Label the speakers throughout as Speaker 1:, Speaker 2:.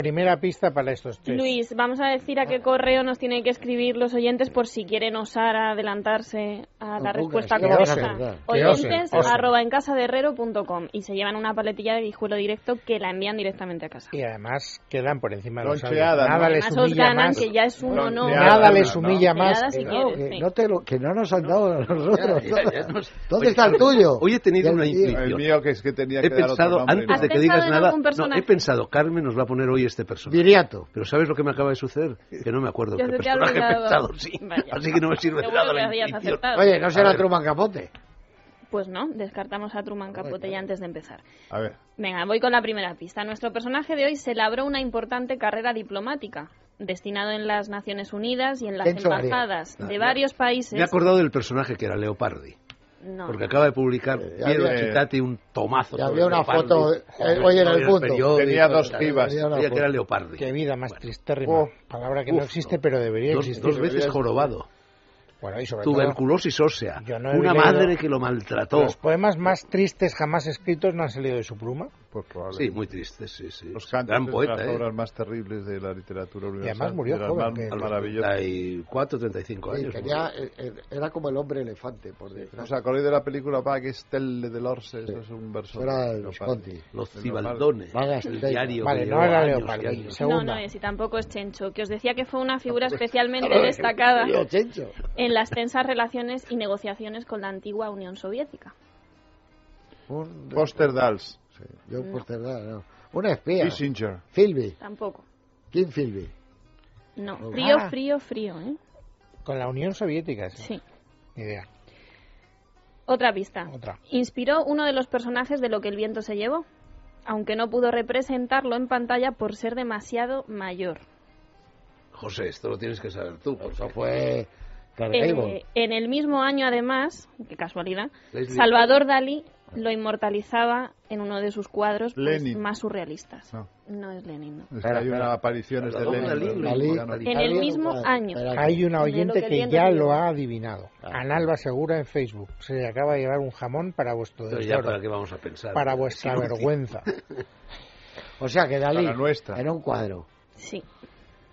Speaker 1: Primera pista para estos tres.
Speaker 2: Luis, vamos a decir a qué correo nos tienen que escribir los oyentes por si quieren osar adelantarse a la
Speaker 3: Tampoco,
Speaker 2: respuesta
Speaker 3: es que
Speaker 2: correcta.
Speaker 3: osen, claro.
Speaker 1: Que osen,
Speaker 2: Oyentes
Speaker 1: osen.
Speaker 2: arroba en casa de herrero.com y se llevan una paletilla de guijuelo directo que la envían directamente a casa.
Speaker 1: Y además quedan por encima de los
Speaker 4: Loncheadas,
Speaker 1: sabios. Nada
Speaker 4: ¿no?
Speaker 1: les
Speaker 2: Además os
Speaker 1: humilla
Speaker 2: ganan,
Speaker 1: más.
Speaker 2: que ya es un honor.
Speaker 4: Loncheadas,
Speaker 1: Nada les
Speaker 4: ¿no?
Speaker 1: humilla más.
Speaker 2: Loncheadas, si
Speaker 1: que-
Speaker 2: quieres,
Speaker 3: Que
Speaker 2: sí.
Speaker 3: no, te lo- que no nos han dado a nosotros.
Speaker 5: Ya, ya, ya nos-
Speaker 3: ¿Dónde
Speaker 5: Oye,
Speaker 3: está el tuyo?
Speaker 5: Hoy he tenido
Speaker 3: Y el
Speaker 5: una
Speaker 3: mío.
Speaker 4: El
Speaker 5: intuición.
Speaker 4: mío que es que tenía que
Speaker 5: He
Speaker 4: dar
Speaker 5: pensado,
Speaker 4: otro nombre.
Speaker 5: antes de
Speaker 2: ¿Has
Speaker 5: que
Speaker 2: pensado
Speaker 5: digas
Speaker 2: en
Speaker 5: nada,
Speaker 2: algún
Speaker 5: no,
Speaker 2: personaje?
Speaker 5: he pensado, Carmen nos va a poner hoy este personaje.
Speaker 3: Viriato.
Speaker 5: Pero ¿sabes lo que me acaba de suceder? Que no me acuerdo qué
Speaker 2: Ya se te ha
Speaker 5: personaje he
Speaker 2: olvidado.
Speaker 5: pensado, sí.
Speaker 2: Vaya.
Speaker 5: Así que no me sirve de
Speaker 2: Seguro
Speaker 5: nada
Speaker 2: que
Speaker 5: la
Speaker 2: habías
Speaker 5: intuición.
Speaker 2: acertado.
Speaker 3: Oye, no
Speaker 5: A
Speaker 3: será
Speaker 5: ver.
Speaker 3: Truman Capote.
Speaker 2: Pues no, descartamos a Truman Capote ya antes de empezar.
Speaker 4: A ver.
Speaker 2: Venga, voy con la primera pista. Nuestro personaje de hoy se labró una importante carrera diplomática, destinado en las Naciones Unidas y en las
Speaker 3: Kenzo María.
Speaker 2: embajadas
Speaker 5: Ah,
Speaker 2: de
Speaker 5: ya.
Speaker 2: varios países.
Speaker 5: Me he acordado del personaje que era Leopardi.
Speaker 2: No.
Speaker 5: Porque acaba de publicar Piero
Speaker 4: había-
Speaker 5: Chitati un tomazo.
Speaker 3: Ya
Speaker 5: sobre
Speaker 3: había una
Speaker 5: Leopardi.
Speaker 3: foto, eh,
Speaker 5: Joder,
Speaker 3: hoy en el
Speaker 5: había
Speaker 3: punto.
Speaker 5: periódico,
Speaker 4: Tenía dos
Speaker 5: tal,
Speaker 4: pibas.
Speaker 5: tal, tal. Sabía que era Leopardi.
Speaker 1: Qué vida más tristérrima.
Speaker 4: Oh.
Speaker 1: Palabra que
Speaker 5: Uf,
Speaker 1: no existe,
Speaker 5: no.
Speaker 1: pero debería
Speaker 5: Dos,
Speaker 1: existir.
Speaker 5: dos veces jorobado.
Speaker 1: Bueno, y sobre todo,
Speaker 5: Tuberculosis ósea.
Speaker 1: Yo no he
Speaker 5: una
Speaker 1: leído-
Speaker 5: madre que lo maltrató.
Speaker 1: los poemas más tristes jamás escritos no han salido de su pluma.
Speaker 4: Pues probable.
Speaker 5: Sí, muy triste, sí, sí.
Speaker 4: Los cantos
Speaker 5: Gran
Speaker 4: es
Speaker 5: poeta,
Speaker 4: de las
Speaker 5: ¿eh?
Speaker 4: obras más terribles de la literatura universal.
Speaker 1: además murió
Speaker 4: de las
Speaker 1: joven,
Speaker 4: más
Speaker 1: que-
Speaker 5: A los
Speaker 4: maravillosas.
Speaker 5: 34, 35
Speaker 3: Sí,
Speaker 5: años.
Speaker 3: tenía- eh, era como el hombre elefante, por detrás.
Speaker 4: ¿Os acordáis de la película Pagestelle del Orse? Eso es un verso.
Speaker 3: Era el
Speaker 4: de Leopardi.
Speaker 3: Visconti.
Speaker 5: Los
Speaker 4: El
Speaker 5: Cibaldones.
Speaker 3: Vagas,
Speaker 5: El
Speaker 3: Teiga.
Speaker 5: diario.
Speaker 1: Vale,
Speaker 5: que
Speaker 1: no
Speaker 5: llevó
Speaker 1: era
Speaker 5: años
Speaker 1: Leopardi.
Speaker 5: y años.
Speaker 2: no, no
Speaker 1: segunda.
Speaker 2: es, y tampoco es Chencho, que os decía que fue una figura especialmente destacada
Speaker 3: Tío, Chencho.
Speaker 2: en las tensas relaciones y negociaciones con la antigua Unión Soviética.
Speaker 3: Un,
Speaker 4: Foster Dulles. Sí.
Speaker 3: yo por cerrar, no. Una espía.
Speaker 4: Kissinger.
Speaker 3: Philby.
Speaker 2: Tampoco.
Speaker 3: ¿Quién Philby?
Speaker 2: No.
Speaker 3: Ah.
Speaker 2: Frío, frío, frío, ¿eh?
Speaker 1: Con la Unión Soviética, sí.
Speaker 2: Sí.
Speaker 1: Ni idea.
Speaker 5: Ah,
Speaker 2: Otra pista.
Speaker 1: Otra.
Speaker 2: Inspiró uno de los personajes de Lo que el viento se llevó, aunque no pudo representarlo en pantalla por ser demasiado mayor.
Speaker 5: José, esto lo tienes que saber tú.
Speaker 1: Pues
Speaker 5: Por
Speaker 3: Eso
Speaker 5: favor.
Speaker 3: fue Clark
Speaker 2: Eh,
Speaker 3: Gable.
Speaker 2: en el mismo año, además, qué casualidad,
Speaker 5: Leslie.
Speaker 2: Salvador Dalí lo inmortalizaba en uno de sus cuadros pues,
Speaker 4: Lenin.
Speaker 2: más surrealistas.
Speaker 4: No.
Speaker 2: No es Lenin, no.
Speaker 4: Es que
Speaker 3: Espera,
Speaker 4: hay unas
Speaker 3: espera.
Speaker 4: apariciones de
Speaker 5: Salvador
Speaker 4: Lenin.
Speaker 3: Dalí,
Speaker 4: pero
Speaker 3: Dalí.
Speaker 4: no-
Speaker 2: En el
Speaker 3: Alguien
Speaker 2: mismo
Speaker 3: puede-
Speaker 2: año.
Speaker 3: espera,
Speaker 1: Hay una
Speaker 2: De lo
Speaker 1: oyente
Speaker 2: que
Speaker 1: que,
Speaker 2: viene
Speaker 1: ya
Speaker 2: bien.
Speaker 1: lo ha adivinado.
Speaker 3: Ah.
Speaker 1: Analba Segura en Facebook. Se le acaba de llevar un jamón para vuestro
Speaker 5: Entonces, ya
Speaker 1: desdoro.
Speaker 5: para qué vamos a pensar.
Speaker 1: para vuestra vergüenza.
Speaker 3: O sea que Dalí
Speaker 4: Para la nuestra.
Speaker 3: en un cuadro.
Speaker 2: Sí,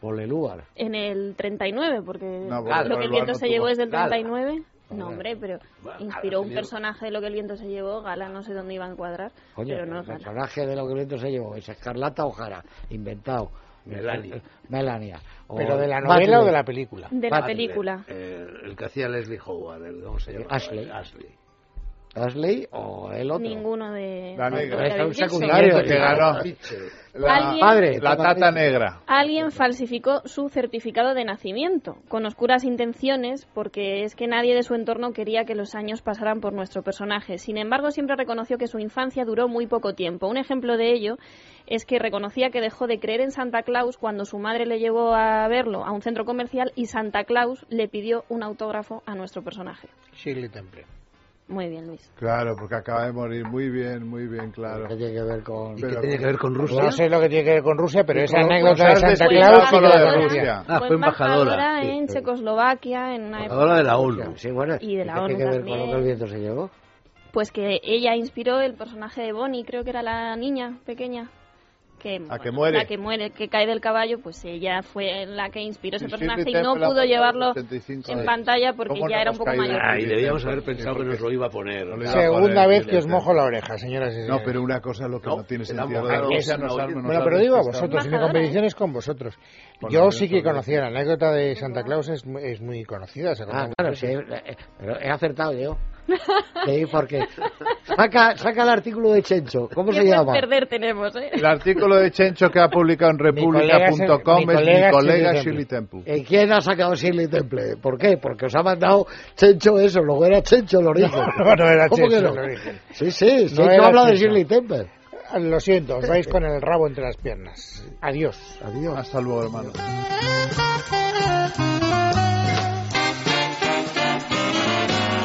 Speaker 3: Por Lelúgar.
Speaker 2: en el 39, porque
Speaker 4: No,
Speaker 2: Lo
Speaker 4: porque por
Speaker 2: que el
Speaker 4: el
Speaker 2: viento
Speaker 4: barro
Speaker 2: se
Speaker 4: tuvo.
Speaker 2: llevó es del
Speaker 5: Gala.
Speaker 2: 39. No, hombre, pero
Speaker 5: Bueno,
Speaker 2: inspiró
Speaker 5: Gala,
Speaker 2: un
Speaker 5: señor.
Speaker 2: personaje de Lo que el viento se llevó, Gala no sé dónde iba a encuadrar,
Speaker 3: Coño,
Speaker 2: pero no
Speaker 3: el
Speaker 2: es Gala.
Speaker 3: personaje de lo que el viento se llevó es Escarlata O'Hara, inventado.
Speaker 5: Melania.
Speaker 3: Melania.
Speaker 5: Oh,
Speaker 3: O
Speaker 1: ¿Pero de la
Speaker 3: Matley.
Speaker 1: novela o de la película?
Speaker 2: De la
Speaker 3: Vale.
Speaker 2: película.
Speaker 5: eh, el que hacía Leslie Howard. El, ¿Cómo se llama?
Speaker 3: Ashley.
Speaker 5: Ashley.
Speaker 3: Ashley o el otro.
Speaker 2: Ninguno de.
Speaker 4: La
Speaker 2: de
Speaker 4: negra.
Speaker 2: David
Speaker 3: Es un
Speaker 2: Gibson.
Speaker 3: secundario.
Speaker 4: Que ganó.
Speaker 2: Alguien-
Speaker 3: Padre.
Speaker 4: La tata negra.
Speaker 2: Alguien falsificó su certificado de nacimiento, con oscuras intenciones, porque es que nadie de su entorno quería que los años pasaran por nuestro personaje. Sin embargo, siempre reconoció que su infancia duró muy poco tiempo. Un ejemplo de ello es que reconocía que dejó de creer en Santa Claus cuando su madre le llevó a verlo a un centro comercial y Santa Claus le pidió un autógrafo a nuestro personaje.
Speaker 1: Shirley Temple.
Speaker 2: Muy bien, Luis.
Speaker 4: Claro, porque acaba de morir. Muy bien, muy bien, claro.
Speaker 3: Que tiene que ver con.
Speaker 5: ¿Y
Speaker 4: Pero-
Speaker 5: qué tiene que ver con Rusia?
Speaker 1: No sé lo que tiene que ver con Rusia, pero
Speaker 4: Y
Speaker 1: esa
Speaker 4: con-
Speaker 1: anécdota
Speaker 4: con
Speaker 1: de
Speaker 4: ser
Speaker 1: Santa
Speaker 4: despedido
Speaker 1: Claus y
Speaker 4: con lo
Speaker 1: la
Speaker 4: de
Speaker 1: de
Speaker 4: Rusia.
Speaker 1: Rusia.
Speaker 5: Ah, fue embajadora.
Speaker 2: ¿eh? en Checoslovaquia en una época
Speaker 5: Ahora de la ONU.
Speaker 3: Sí, bueno.
Speaker 2: Y de la
Speaker 3: ¿qué
Speaker 2: ONU
Speaker 3: tiene que ver
Speaker 2: también.
Speaker 3: con lo que el viento se llevó?
Speaker 2: Pues que ella inspiró el personaje de Bonnie, creo que era la niña pequeña. Que,
Speaker 4: La que muere.
Speaker 2: La que muere, que cae del caballo, pues ella fue la que inspiró ese
Speaker 4: Y
Speaker 2: personaje
Speaker 4: Shirley
Speaker 2: y no
Speaker 4: Temple,
Speaker 2: pudo
Speaker 4: la-
Speaker 2: llevarlo
Speaker 4: 75
Speaker 2: en
Speaker 4: de-
Speaker 2: pantalla porque
Speaker 4: ¿Cómo
Speaker 2: ya
Speaker 4: no
Speaker 2: era un
Speaker 4: hemos
Speaker 2: poco
Speaker 4: caído?
Speaker 2: mayor.
Speaker 5: Ay, debíamos haber pensado que nos lo iba a poner.
Speaker 4: No le iba a
Speaker 1: Segunda
Speaker 4: Joder,
Speaker 1: vez que os
Speaker 4: Shirley
Speaker 1: mojo la oreja, señoras y
Speaker 4: No,
Speaker 1: señores.
Speaker 4: pero una cosa es lo que no,
Speaker 5: No,
Speaker 4: tiene
Speaker 5: el
Speaker 4: sentido.
Speaker 5: abogado
Speaker 4: Lo de Rusia nos
Speaker 5: no
Speaker 4: arma, nos
Speaker 1: eh, Bueno, pero
Speaker 4: arma,
Speaker 1: digo a
Speaker 4: nos arma.
Speaker 1: vosotros, mi
Speaker 2: Embajadora,
Speaker 1: competición es con vosotros.
Speaker 4: Con la
Speaker 1: Yo
Speaker 4: Unión
Speaker 1: sí que
Speaker 4: Soviética.
Speaker 1: conocía la anécdota de Santa Claus, es, mu- es muy conocida. se
Speaker 3: Ah,
Speaker 1: conoce
Speaker 3: claro,
Speaker 1: mucho.
Speaker 3: sí, eh, pero he acertado yo. Sí, porque. Saca, saca el artículo de Chencho. ¿Cómo se
Speaker 2: Siempre
Speaker 3: llama?
Speaker 2: perder tenemos, ¿eh?
Speaker 4: El artículo de Chencho que ha publicado en
Speaker 1: colega es-
Speaker 4: república.com
Speaker 1: mi
Speaker 4: es
Speaker 1: colega
Speaker 4: mi
Speaker 1: es
Speaker 4: colega
Speaker 1: Shirley
Speaker 4: Shirley Temple.
Speaker 3: ¿Y Eh, quién ha sacado Shirley Temple? ¿Por qué? Porque os ha mandado Chencho eso, luego era Chencho el origen.
Speaker 1: No, no era
Speaker 3: ¿Cómo que
Speaker 1: Chencho
Speaker 3: no?
Speaker 1: el origen.
Speaker 3: Sí, sí, sí,
Speaker 1: No
Speaker 3: yo
Speaker 1: era
Speaker 3: hablo de
Speaker 1: Chencho.
Speaker 3: Shirley Temple.
Speaker 1: Lo siento, os vais con el rabo entre las piernas. Adiós.
Speaker 3: Adiós.
Speaker 4: Hasta luego, hermano.